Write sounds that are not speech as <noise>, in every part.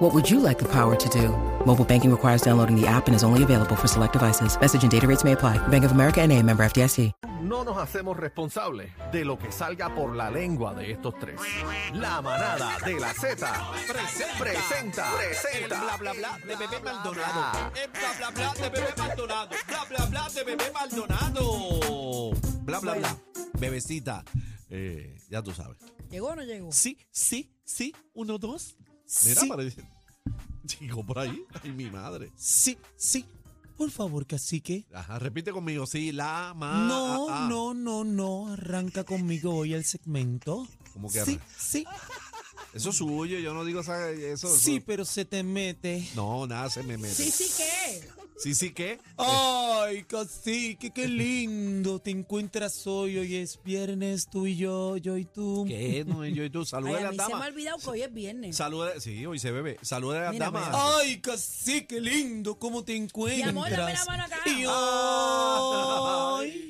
What would you like the power to do? Mobile banking requires downloading the app and is only available for select devices. Message and data rates may apply. Bank of America and a member FDIC. No nos hacemos responsables de lo que salga por la lengua de estos tres. La manada de la Z presenta, presenta, El bla bla bla de bebé Maldonado. El bla bla bla de bebé Maldonado. Bla bla bla de bebé Maldonado. Bla bla bla. Bebecita. Eh, ya tú sabes. ¿Llegó o no llegó? Sí, sí, sí. Uno, dos. Mira, Sí. parece. Chico, por ahí. Ay, mi madre. Sí, sí. Por favor, cacique. Ajá, repite conmigo. Sí, la, ma. No, ah, ah. no, no, no. Arranca conmigo hoy el segmento. ¿Cómo que sí, arranca? sí, Eso es suyo. Yo no digo esa- eso. sí, eso- pero se te mete. No, nada se me mete. Sí, Oh. sí, ¿qué? Sí, sí, ¿qué? Ay, cacique, qué lindo. Te encuentras hoy. Hoy es viernes, tú y yo, yo y tú. ¿Qué? No, yo y tú. Saluda Ay, a las a mí se me ha damas. olvidado que hoy es viernes. Saluda. Sí, hoy se bebe. Saluda a las Mira, damas. mira. Ay, cacique, lindo. ¿Cómo te Mi encuentras? amor, dame la mano acá. Y hoy...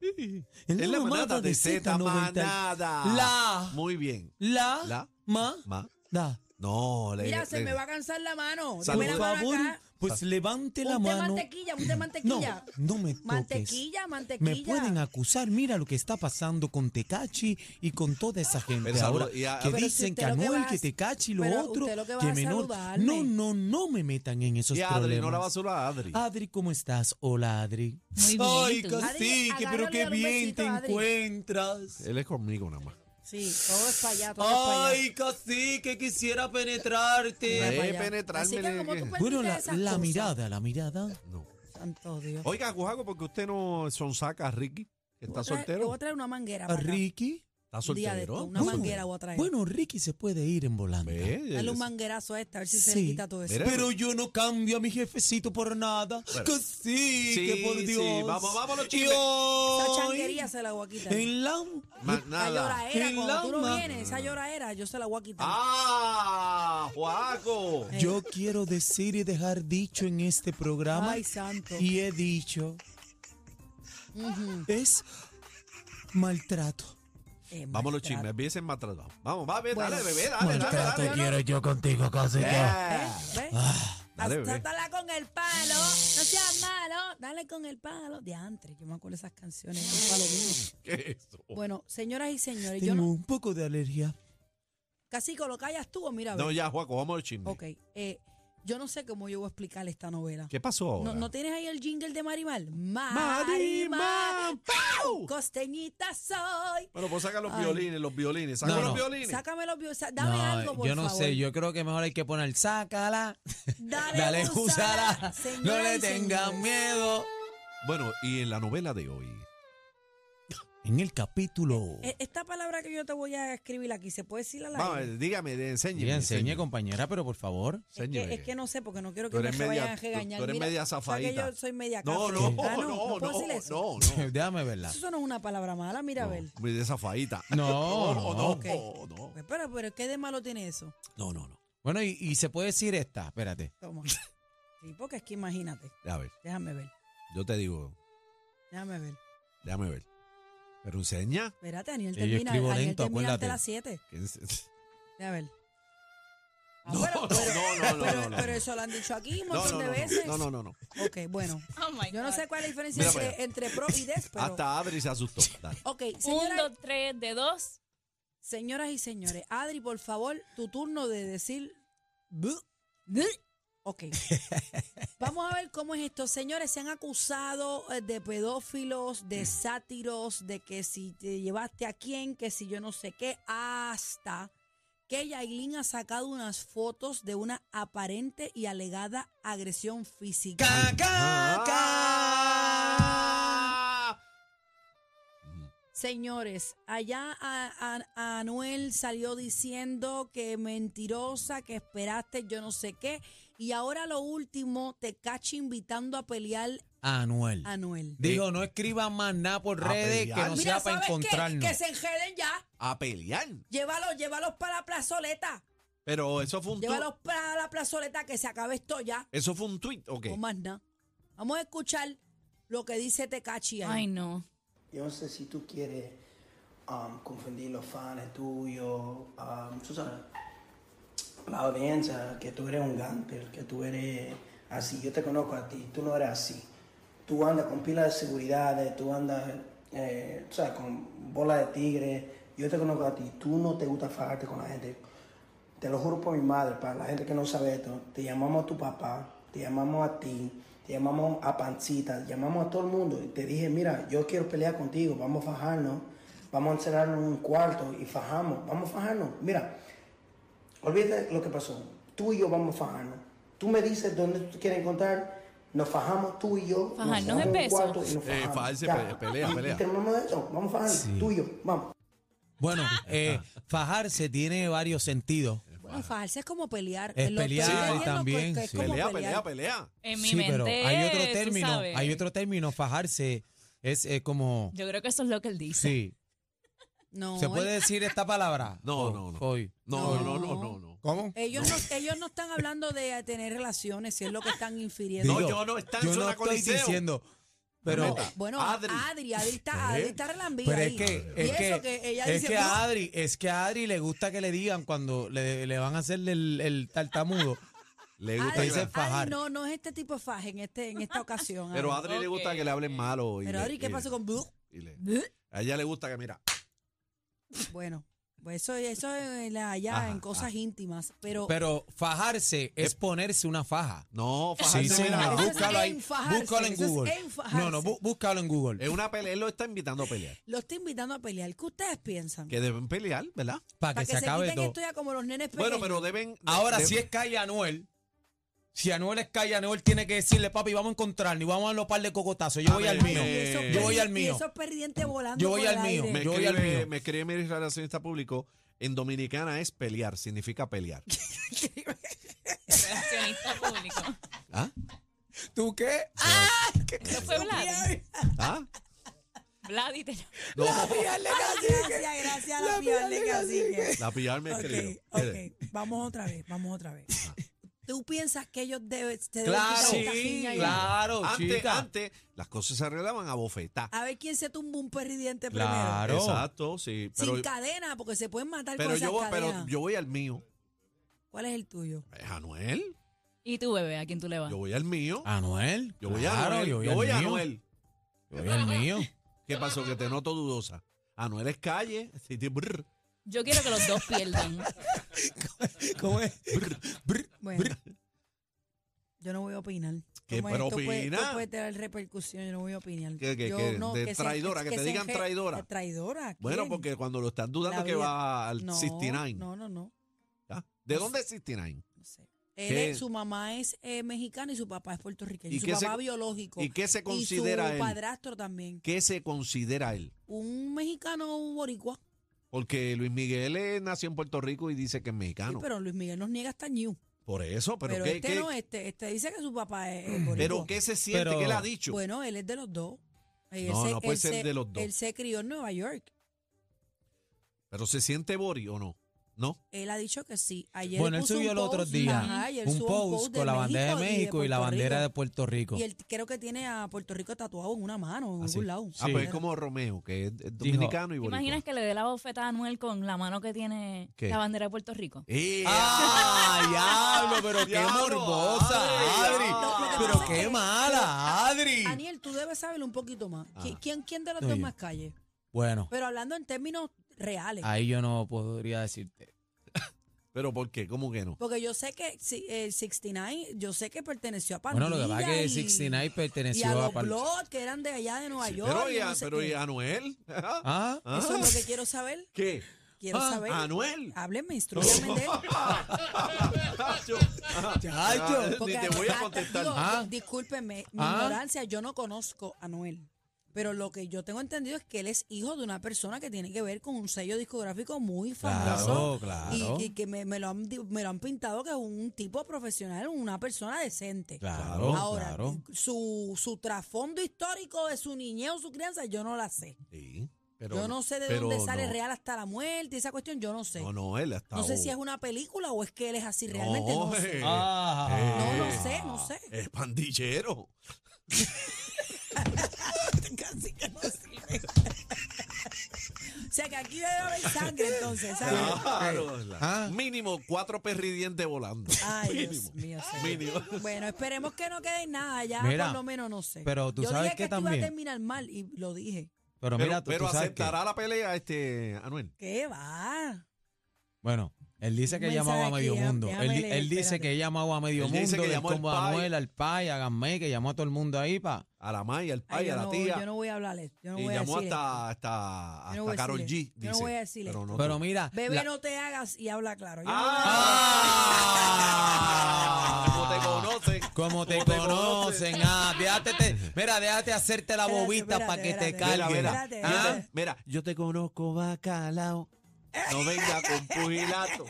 En Ah. Es la manada de Z, Z90. manada. La. Muy bien. La, La. ma, Ma. da. No, le. Ah, Eh, Mira, se le- me va a cansar la mano. Salud. Por Dame la mano favor, acá. pues levante la Un de mano. mantequilla, un de No, mantequilla. no me toques. Mantequilla, mantequilla. Me pueden acusar. Mira lo que está pasando con Tecachi y con toda esa gente Pero ahora. saluda, y a- que Pero Ah. si dicen usted que lo que Anuel, va a- que Tecachi, lo pero otro, usted lo que va que a menor. saludarme. No, no, no me metan en esos Y Adri, no la problemas. basura a Ah. Adri. Adri, ¿cómo estás? Hola, Adri. Muy bien, Ay, ¿y tú? cacique, Adri, pero agárralo y qué dale un bien besito, te Adri. encuentras. Él es conmigo nada más. Sí, todo es para allá, todo es Ay, cacique, quisiera penetrarte. Eh, para allá. Todo es para allá. penetrarme Así que le- como tú que- permites Bueno, la, esas la cosas. mirada, la mirada. No. Santo Dios. Oiga, Gujago, porque usted no sonsaca a Ricky, que está Trae- Te voy soltero. a traer una manguera. A para acá. Ah, Ricky. Está Un día de esto, soltero. una Bueno, manguera voy a traer. Bueno, Ricky se puede ir en volante. ve, Dale un es- manguerazo a esta, a ver si se Sí. le quita todo eso. Mira, Pero yo no cambio a mi jefecito por nada. Bueno. Que sí, Sí, que por sí, Dios. vamos, vamos, los Y chismes. Esa hoy, changuería se la voy a quitar. En la... más Esa nada. lloraera, En cuando tú no Lama. vienes, esa lloraera, yo se la voy a quitar. Eh, ¡Ah! ¡Juaco! Yo quiero decir y dejar dicho en este programa. Ay, santo. Y he dicho. Es maltrato. Eh, Vamos los maltrato. chismes, empiecen maltratados. Vamos, va, ve, dale, Bueno. bebé, dale, dale, dale. quiero yo contigo, casi Yeah. Ah. ¿Ves? ¿Ves? dale, bebé. Azótala con el palo, no seas malo, dale con el palo. De antes, yo me acuerdo esas canciones. un palomino. ¿Qué es eso? Oh. Bueno, señoras y señores, yo Tengo no. un poco de alergia. Casi lo callas tú o mira, a ver. No, ya, Juaco, vamos al chisme. Ok, eh, yo no sé cómo yo voy a explicar esta novela. ¿Qué pasó ahora? No, ¿no tienes ahí el jingle de Marimal? Marimar, Marimar, ¡pau! costeñita soy. Bueno, pues saca los Ay. violines, los violines. Saca No, los no. violines. Sácame los bio- sa- dame algo, por yo no favor. sé, yo creo que mejor hay que poner sácala, Dale, dale, úsala. úsala, no Señoras le y tengan señores. miedo. Bueno, y en la novela de hoy. En el capítulo. E- Esta palabra que yo te voy a escribir aquí, ¿se puede decir a la Vamos, dígame, de- enséñeme. Mira, enseñe, enséñeme. compañera, pero por favor. Es que, Enséñeme. es que no sé, porque no quiero Tú que me eres se vayan media, a tú, tú regañar. eres Mira, media o sea, que zafadita. yo soy media No, cafre. no, Ah, no, no, puedo decir no, eso. no. <laughs> Déjame verla. Eso no es una palabra mala, mira a ver. Muy de zafadita. <laughs> no, No, no. no, Ok. no, Pues, Pero, pero, ¿qué de malo tiene eso? no, no, no. Bueno, y, y se puede decir esta, espérate. <laughs> Toma. Sí, porque es que imagínate. A ver, Déjame ver, yo te digo, déjame ver. déjame ver. Pero enseña. Espérate, Daniel Que yo termina, escribo Daniel lento, termina acuérdate. antes de las 7. que ens- Déjame ver. Ah, No, pero, no, pero- no, no, pero- no, no. pero eso lo han dicho aquí un No, montón no, de no, veces. no, no, no, no. Ok, bueno. <laughs> Oh my Yo no sé cuál es la diferencia Mira para entre, entre pro y des, pero... Hasta Adri se asustó. Dale. Ok, Un, señora, dos, tres, de dos. Señoras y señores, Adri, por favor, tu turno de decir. bu- bu- <laughs> Ok. Vamos a ver cómo es esto. Señores, se han acusado eh, de pedófilos, Mm. de sátiros, de que si te llevaste a quién, que si yo no sé qué, hasta que Yailin ha sacado unas fotos de una aparente y alegada agresión física. Ca, ca, ca. Ah. Señores, allá a, a- a Anuel salió diciendo que mentirosa, que esperaste yo no sé qué, y ahora lo último, te cacha invitando a pelear Ah. Anuel. Anuel. Digo, no escriban más nada por Ah, redes pero que ya. no Mira, sea para ¿sabes qué? encontrarnos. Que se enjeden ya. A pelear. Llévalos, llévalos para la plazoleta. Pero eso fue un tuit. Llévalos para la plazoleta que se acabe esto ya. Eso fue un tuit, ¿o qué? No más nada. Vamos a escuchar lo que dice Tecachi ahí. Ay, no. Yo no sé si tú quieres um, confundir los fans tuyos, um, tú sabes, la audiencia, que tú eres un gánter, que tú eres así. Yo te conozco a ti, tú no eres así. Tú andas con pilas de seguridad, tú andas, eh, tú sabes, con bola de tigre. Yo te conozco a ti, tú no te gusta fajarte con la gente. Te lo juro por mi madre, para la gente que no sabe esto, te llamamos a tu papá, te llamamos a ti, te llamamos a Pancita, te llamamos a todo el mundo y te dije, mira, yo quiero pelear contigo, vamos a fajarnos, vamos a encerrarnos en un cuarto y fajamos, vamos a fajarnos. Mira, olvídate lo que pasó, tú y yo vamos a fajarnos. Tú me dices dónde tú quieres encontrar, nos fajamos tú y yo, Fajarnos nos es en un beso. cuarto y nos Eh, fajamos. fajarse, Ya. pe- pelea, Y- y pelea. terminamos de eso, vamos a fajarnos, tú y yo, vamos. Bueno, eh, fajarse tiene varios sentidos. Bueno, fajarse es como pelear. Es Eh, lo estoy pelear entendiendo también, que es sí. como Pelea, pelea, pelear. pelea. En mi sí, mente. pero hay otro tú término, sabes. hay otro término, fajarse es eh, como Yo creo que eso es lo que él dice. sí. No, ¿Se puede decir esta palabra? No, Hoy, no, no. hoy. No, Hoy. no, no, no, no. ¿Cómo? Ellos no. ellos no están hablando de tener relaciones, si es lo que están infiriendo. No, yo no, está en yo zona no estoy coliseo. diciendo, pero meta. Bueno, Adri, Adri. Adri, está, Adri está relambida Pero es ahí. que, y es eso que, que ella es dice, "Uh, que "No". a Adri, es que a Adri le gusta que le digan cuando le, le van a hacerle el, el tartamudo. Le Adri, gusta que dice le- fa- fajar. Adri, no, no es este tipo de faje en, este, en esta ocasión. Pero a Adri. Adri le gusta que le hablen malo. y Pero le- Adri, eh, ¿qué y- pasó con ¿Eh? Blue? y le- A ella le gusta que, mira, Bueno, pues eso, eso es la- allá Ajá, en cosas íntimas. Pero, Pero fajarse es ponerse una faja. no, Sí, fajarse, señor. mira, Eso es Búscalo ahí. enfajarse, Búscalo en eso es Google. enfajarse. Eh, No, no, bú- búscalo en Google. es una pelea, él lo está invitando a pelear. lo estoy invitando a pelear. ¿Qué ustedes piensan? Que deben pelear, ¿verdad? Para que, Para que, se acabe quiten todo. esto ya como los nenes pequeños. Bueno, pero deben... de- Ahora, de- si es calle Anuel, si Anuel es calle Anuel, tiene que decirle, papi, vamos a encontrarnos y vamos a los par de cocotazos. Yo A voy ver, al mío. Y esos eh, Yo voy perdi- al Y mío. esos perdientes volando Yo voy por el al mío. aire. Me Yo voy al escribe, mío. me escribe mi relacionista público, en Dominicana es pelear, significa <laughs> pelear. Relacionista público. <laughs> ¿Ah? ¿Tú qué? Eso fue Vladi. ¿Ah? Vladi te No, Gracias, gracias a la, piel de cacique. la pillar me Ah. Ok, escribió. ok. Vamos otra vez, vamos otra vez. ¿Tú piensas que ellos deben, te deben Claro, quitar un sí, tajín ahí? claro, Antes, chica. antes, las cosas se arreglaban a bofetar. A ver quién se tumba un perridiente Claro. Exacto, sí. Pero, primero. Sin cadena, porque se pueden matar pero con esas yo, voy- pero cadenas. yo voy al mío. ¿Cuál es el tuyo? ¿Es Eh, Anuel? ¿Y tú, bebé? ¿A quién tú le Ah. vas? Yo voy al mío. Anuel. Yo voy claro, a Anuel. Yo voy, al a mío. Anuel. Yo voy al mío. ¿Qué pasó? Que te noto dudosa. Anuel es calle. <laughs> sí, sí, brr, Yo quiero que los dos <laughs> pierdan. ¿Cómo <laughs> es? Bueno. Yo no voy a opinar. ¿Qué, Como pero esto puede, esto opina? puede tener repercusión, yo no voy a opinar. ¿Qué, qué, Yo qué? no, De se- traidora, que te se digan enje- traidora. Traidora. Bueno, ¿quién? porque cuando lo están La dudando que vida. va al no, 69. No, no, no. ¿ah? ¿De dónde es 69? no sé. Él ¿Qué? es- su mamá es eh, mexicana y su papá es puertorriqueño. ¿Y su qué papá se- biológico. ¿Y qué se y considera su él? padrastro también. ¿Qué se considera él? Un mexicano un boricua. Porque Luis Miguel eh, nació en Puerto Rico y dice que es Sí, mexicano. pero Luis Miguel nos niega hasta New. Por eso, pero, Pero, ¿qué, este qué- no, este, este dice que su papá es, es boricua. pero ¿qué se siente? Pero- ¿Qué le ha dicho? Bueno, él es de los dos. Él No, se- no puede él ser se- de los dos. Él se crió en Nueva York. ¿Pero se siente Bori o no? ¿No? Él ha dicho que sí. Ayer Bueno, él puso subió el un otro post, día ajá, ayer un subió post de con la bandera de México y, la Puerto bandera Rico. de Puerto Rico. Y él creo que tiene a Puerto Rico tatuado en una mano, en Así. algún lado. Ah, pues es como Romeo, que es, es dominicano y ¿Te boricua. imaginas que le dé la bofeta a Anuel con la mano que tiene ¿Qué? la bandera de Puerto Rico? ¡Eh! <laughs> ¡Ah, diablo! Pero qué Diablo, morbosa, Adri. Adri. Lo- lo que pasa Pero es qué que- mala, Adri. Daniel, tú debes saberlo un poquito más. ¿Qui- Ah. Ajá. ¿Quién, quién de los No, dos yo. más calle? Bueno, Pero hablando en términos reales. ahí yo no podría decirte. ¿Pero por qué? ¿Cómo que no? Porque yo sé que si- eh, 69, yo sé que perteneció a Pandilla. Bueno, lo que pasa es que y- 69 y a perteneció a los Pal- Blood, que eran de allá de Nueva Sí, York. pero y y, a- no sé pero qué. y Anuel. ¿Ah? Ah, Eso es lo que quiero saber. ¿Qué? Quiero Ah, saber. Anuel. <laughs> Hábleme, instruyame de él. Ah. Chacho. <laughs> Ah, Chacho. Ni te voy a contestar. digo, Ah. Discúlpeme, mi Ah. ignorancia, yo no conozco a Noel. Pero lo que yo tengo entendido es que él es hijo de una persona que tiene que ver con un sello discográfico muy Claro, famoso. claro. Y, y que me, me lo han, di- me lo han pintado que es un tipo profesional, una persona decente. Claro, Ahora, claro. su, su trasfondo histórico de su niñez o su crianza, yo no la sé. Sí. Pero- yo no sé de pero dónde sale no. real hasta la muerte, esa cuestión yo no sé. No, no, él está. No sé si es una película o es que él es así realmente. No, sé. eh, Ah, No, no sé, no sé. eh, Es pandillero. Casi que no sirve. o sea que aquí debe haber sangre entonces. ¿sabes? Claro. Eh, ah. Ah. Mínimo cuatro perridientes volando. Ay, Mínimo. Dios mío. señor. Bueno, esperemos que no quede nada ya, Mira, por lo menos no sé. pero tú Yo sabes dije que que esto también- iba a terminar mal y lo dije. pero Pero, mira, tú, pero tú sabes que- aceptará la pelea este Anuel. ¿Qué va? Bueno, él dice Un que llamaba a mensaje aquí, medio mundo. déjame Él, di- leer, él dice espérate. que llamaba a medio Él dice mundo, que él llamó al como a pai. Anuel, al pai, a Gamay, que llamó a todo el mundo ahí para... A la Maya, al Ay, pai, yo, a la no, tía. yo no voy a hablarle. Yo no y voy a llamó decir hasta, hasta, Yo no hasta voy a Carol decir G. esto. Yo no dice. voy a decir Pero esto. no Pero tú. mira, esto. Bebé, la- no te hagas y habla claro. Yo no <laughs> voy a ¡Ah! Como te conocen. como te como conocen, ah, déjate, te- mira, déjate hacerte la Espérate, bobita para que espérate, te espérate. carguen. Mira, Espérate, mira, ¿Ah? espérate. mira, yo te <laughs> conozco bacalao. No venga con pugilato.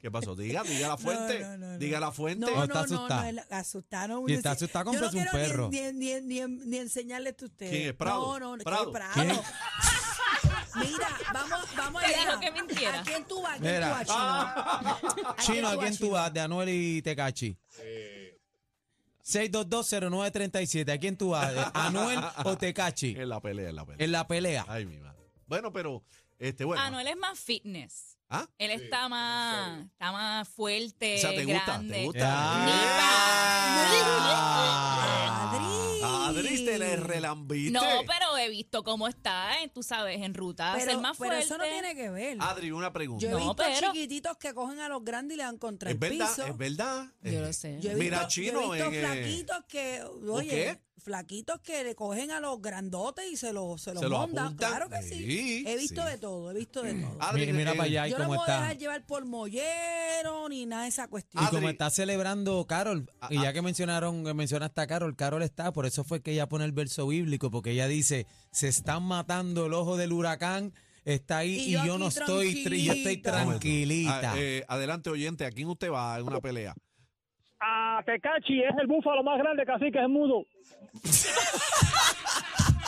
¿Qué pasó? Diga, diga la fuente. no, no, no. Diga la fuente. No, No, está no, no, asustada. no, es la- asustada. No, Y está asustada, Yo no cómprase un quiero ni- perro. Ni, ni, ni, ni, enseñarle esto a ustedes. ¿Quién es? ¿Prado? No, no, ¿qué ¿Prado? Prado? ¿Quién? <laughs> Mira, vamos, vamos Te allá. dijo que mintiera. ¿A quién tú vas? ¿A quién Mira. tú vas, Chino? Ah. Chino, ¿a quién tú Chino? vas? De Anuel y Tecachi. 6220937, ¿a quién tú vas? Eh, ¿Anuel o Tecachi? En la pelea, en la pelea. En la pelea. Ay, mi madre. Bueno, pero, este, bueno. Anuel es más fitness. ¿Ah? Él está más, está más fuerte, O sea, te gusta, grande. te gusta. Ya. Adri. Adri, te le relambiste. No, pero he visto cómo está, eh, tú sabes, en ruta, a ser Pero, más pero fuerte. eso no <laughs> tiene que ver. Adri, una pregunta. Yo he No, visto pero- chiquititos que cogen a los grandes y le dan contra es el verdad, piso. es verdad. Eh, Yo lo sé. Yo he Mira, visto, Chino, yo he en, eh, visto flaquitos que, oye, qué? flaquitos que le cogen a los grandotes y se los se los Se los mondan. apuntan. claro que sí. Sí, He visto sí. de todo, he <clears throat> visto de todo. Adri, Mira, mira eh, para allá y yo no cómo me voy a está. Ah, dejar llevar por mollero ni nada de esa cuestión. Y como Adri. está celebrando Carol, y ah. ya que mencionaron, que mencionaste a Carol, Carol está, por eso fue que ella pone el verso bíblico, porque ella dice, se están matando el ojo del huracán, está ahí Y y, yo yo, no aquí estoy, tri- yo estoy tranquilita. tranquilita. a- eh, adelante, oyente, ¿a quién usted va en una pelea? Ah, Tecachi es el búfalo más grande, casi que es mudo.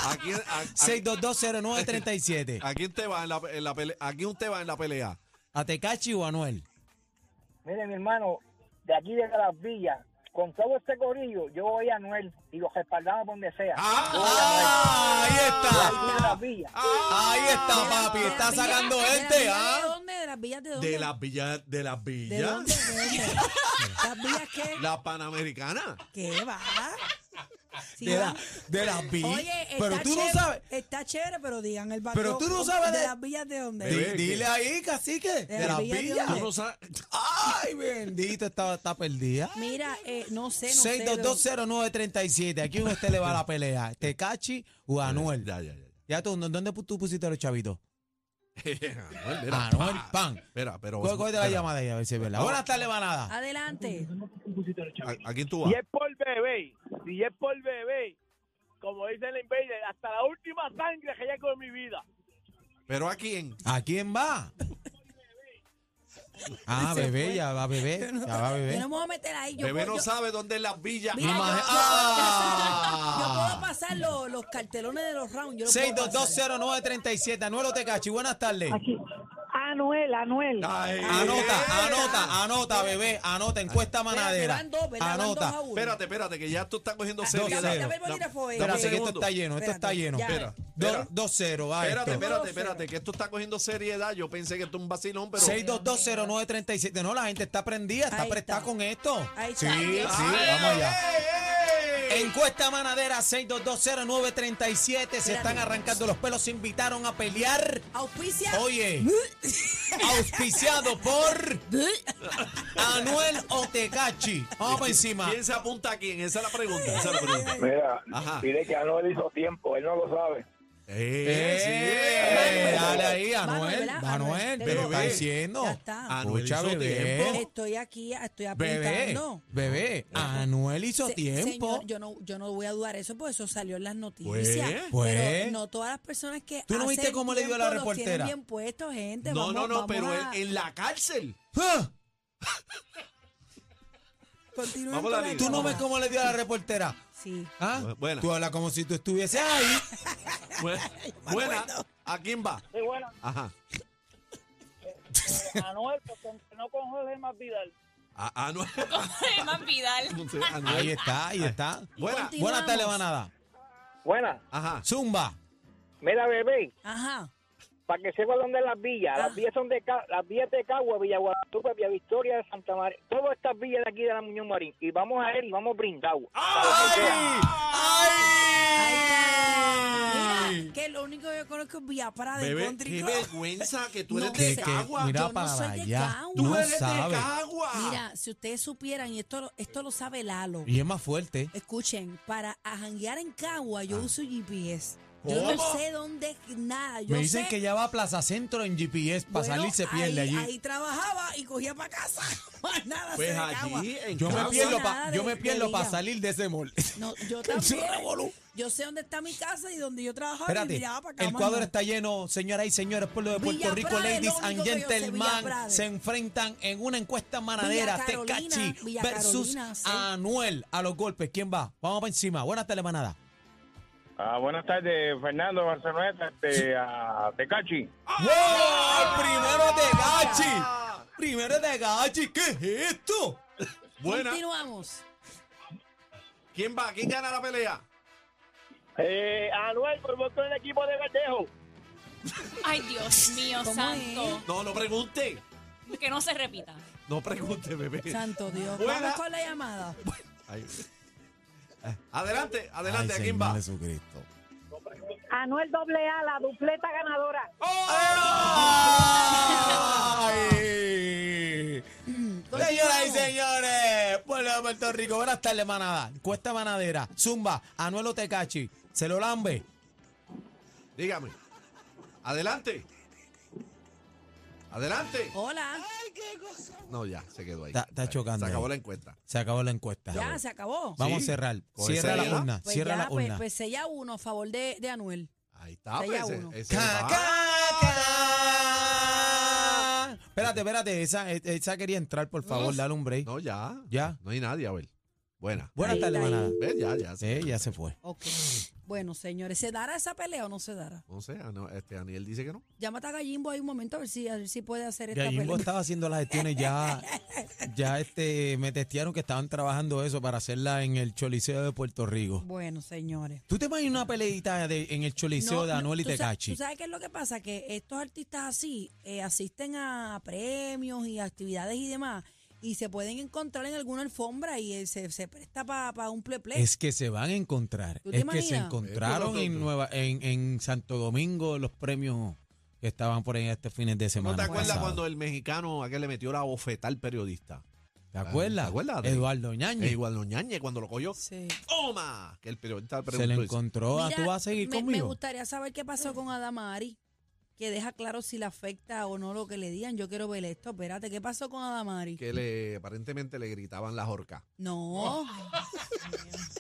¿A quién, a- a- 6220937. a quién te va en la, en la pelea? ¿A quién usted va en la pelea? ¿A Tecachi o Anuel? Mire, mi hermano, de aquí de las villas, con todo este corillo, yo voy a Noel y los respaldamos donde sea. Ah, Ah. ahí Voy a las villas. Ahí está, papi, De está las villas- sacando de las gente, villas ¿De ¿ah? dónde? ¿De las villas de dónde? De las villas, de las ¿De villas. dónde? ¿De dónde? <laughs> ¿Las villas qué? La panamericana. ¿Qué va? Sí, De, va. la- de las vi. Oye, está Pero tú no chévere, sabes. Está chévere, pero digan el barrio. Pero tú no sabes de, de- las villas de dónde. Di- Bebé, que- dile ahí, cacique. De, las las villas de villas. dónde? Tú no sabes. Ay, bendito, está, está perdida. Mira, eh, no sé, no sé. de dónde- 6220937. Aquí usted le va la pelea. Tecachi o Anuel. Ya, ya, ya. Ya tú, ¿dó- ¿dónde tú pusiste a los chavitos? <laughs> Anuel, mira, Anuel, pa. pan. Espera, pero. Coge coge la espera. llamada ahí a ver si es verdad. Buenas tardes, manada. Adelante. ¿A, a quién tú Si vas? es por bebé, si es por bebé, como dice el invader, hasta la última sangre que haya con mi vida. ¿Pero a quién? ¿A quién va? Ah, bebé, ya va bebé. Ya va Yo bebé. no me voy a meter ahí. Yo Bebé puedo- no yo- sabe dónde es las villas. Mira, yo, Imagina- yo puedo- ¡Ah! yo puedo pasar los, los cartelones de los rounds. Yo los puedo pasar. 6220937. Anuel o Tecachi. Buenas tardes. Anuel, Anuel. Ay, eh, eh, Anota, anota, anota, bebé. Anota, encuesta manadera. van dos, ¿verdad? Van dos Anota. a uno. Ah, Espérate, espérate, que ya tú estás cogiendo Dos, seriedad. cero. Dame el bolígrafo, eh. Dame un Espérate, que esto segundo. está lleno, esto está Espérate, lleno. ya. Espera, Espera. 2-0, va. Espérate, Ah, esto. espérate, Cero. espérate, que esto está cogiendo seriedad. Yo pensé que esto es un vacilón, pero. 6220937. No, la gente está prendida, está Ahí prestada está. con esto. Ahí sí, está. sí, Ahí está. vamos allá. ¡Ey, ey! Encuesta manadera 6220937. Se están arrancando los pelos, se invitaron a pelear. Auspicia. <laughs> Oye. Auspiciado por Anuel Otecachi. Vamos por encima. ¿Quién se apunta a quién? Esa es la pregunta. Esa es la pregunta. Mira, Ajá. pide que Anuel hizo tiempo, él no lo sabe. ¡Eh! sí, eh, Dale ahí, Anuel. ¿verdad? Manuel, Te pero digo, está diciendo. Ya está. Anuel Escucha, hizo bebé. tiempo. Estoy aquí, estoy ¿Eh? Bebé, apuntando. bebé, Anuel hizo Se- tiempo. señor, yo no, yo no voy a dudar eso porque eso salió en las noticias. Pues, pues. Pero no todas las personas que. ¿Tú no hace viste cómo le dio a la tiempo los tienen reportera? bien puestos, gente. No, Vamos- no, no, vamos pero a- en, en la cárcel. <laughs> ¡Ah! continúen Vamos, con la Danilo. ¿Tú no llamada. ves cómo le dio a la reportera? Sí. ¿Ah? Buena. Tú hablas como si tú estuvieses ahí. Buena. Buena. ¿A quién va? Sí, bueno, Ajá. Anuel, porque no con Jorge más Vidal. A, Anuel. <laughs> Más Vidal. Ahí está, ahí está. Buena. Continúa. Buenas tardes, manada. Buena. Ajá. Zumba. Mira, bebé, Ajá. para que sepa dónde es las villas. Ah. Las villas son de Ca- las villas de Cagua, Villa Guadalupe, Villa Victoria, Santa María. Todas estas villas de aquí de la Muñoz Marín. Y vamos a él y vamos brindado. Mira, que lo único que yo conozco es Villa Prada y Bebé, Country qué Club. vergüenza que tú No eres sé. de Que- que- Cagua. mira Yo no para soy de allá. Cagua. tú no eres sabes. de Cagua. Mira, si ustedes supieran, y esto, lo- esto lo sabe Lalo. Y es más fuerte. Escuchen, para a janguear en Cagua Ah. yo uso GPS. Yo no ¿Cómo? sé dónde, nada. Yo Me dicen sé- que ya va a Plaza Centro en GPS para Bueno, salir se pierde ahí, allí. Ahí trabajaba y cogía para casa. <laughs> Más nada, sé Pues de Cagua. allí en Yo me No Cagua. pierdo sé nada para yo de- me de pierdo para vida. salir de ese mall. No, yo Es un también. revolú. Yo sé dónde está mi casa y donde yo trabajaba <laughs> y Espérate, miraba para acá. el más cuadro nada. está lleno, señoras y señores, pueblo de Puerto Villa Rico, Prades, ladies lo and único que yo sé, Villa gentlemen, Prades. se enfrentan en una encuesta manadera, Villa Carolina, Tecachi Villa versus Carolina, sí. Anuel a los golpes. ¿Quién va? Vamos para encima. Buenas tardes, manada. Ah, buenas tardes, Fernando Barceloneta, este, a Tecachi. ¡Ah! ¡Wow! Primero de Gachi. Primero de Gachi. ¿Qué es esto? Buena. Continuamos. ¿Quién va? ¿Quién gana la pelea? Eh, Anuel, por voto en el equipo de Verdejo. Ay, Dios mío, ¿Cómo santo. No, no pregunte. Que no se repita. No pregunte, bebé. Santo Dios. Buena. Vamos con la llamada. Ay. Adelante, adelante, ¿a quién va? Jesucristo. Anuel doble A, la dupleta ganadora. ¡Ay! Señoras y Continuamos. señores, pueblo de Puerto Rico, buenas tardes, manada. Encuesta manadera, Zumba, Anuel Tecachi, se lo lambe. Dígame. Adelante. Adelante. Hola. No, ya, se quedó ahí. Oh. Está- está Ahí, chocando Se acabó ahí. la encuesta. Se acabó la encuesta. Ya, se acabó. Vamos Sí. a cerrar. Con Cierra esa la idea. urna, Pues cierra ya, la pues, urna. pues sella uno a favor de, de Anuel. Ahí está, Seis a pues, uno. ese- ese Ca, va. ca, ca. Espérate, espérate, esa, esa quería entrar, por favor, dale un break. No, ya. Ya. No hay nadie, Abel. Buena. Buenas Ahí, tardes, ahí. manada. ¿Ves? Ya, ya. se Eh, fue. ya se fue. Ok. Bueno, señores, ¿se dará esa pelea o no se dará? No sé, ah, no, este, Aniel dice que no. Llámate a Gallimbo ahí un momento a ver si, a ver si puede hacer esta Gallimbo pelea. estaba haciendo las gestiones <laughs> ya, ya este, me testearon que estaban trabajando eso para hacerla en el Choliseo de Puerto Rico. Bueno, señores. ¿Tú te imaginas una peleita de- en el Choliseo No, de no, Anuel y tú sa- Tecachi? ¿Tú sabes qué es lo que pasa? Que estos artistas así eh, asisten a premios y actividades y demás y se pueden encontrar en alguna alfombra y eh, se, se presta para un pleple. Es que se van a encontrar. ¿Tú te Es que se imaginas? encontraron en, Nueva, en, en Santo Domingo los premios que estaban por ahí este fines de ¿No semana. te acuerdas pasado. cuando el mexicano aquel le metió la bofetada al periodista? ¿Te acuerdas? ¿Te acuerdas de- Eduardo Ñañez. E igual los ñañe cuando lo cogió. Sí. ¡Toma! Que el periodista preguntó se le eso. encontró. Ah, Mira, ¿Tú vas a seguir me, Me conmigo? gustaría saber qué pasó con Adamari, que deja claro si le afecta o no lo que le digan. Yo quiero ver esto. Espérate, ¿qué pasó con Adamari? que le aparentemente le gritaban las orcas. No, Oh.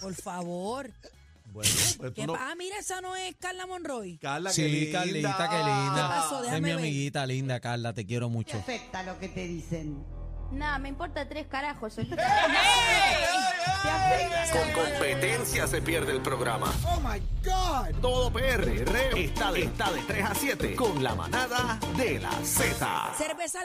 por favor. Bueno, pues tú ¿Qué no. pa- Ah, mira, esa no es Carla Monroy. Carla, qué Sí, linda. Carlita, qué linda. ¿Qué pasó? es Déjame mi ver. amiguita linda, Carla, te quiero mucho. Afecta lo que te dicen. Nada, me importa tres carajos. Con competencia se pierde el programa. Oh my God. Todo PR está de, está de 3 a 7 con la manada de la Z. Cerveza la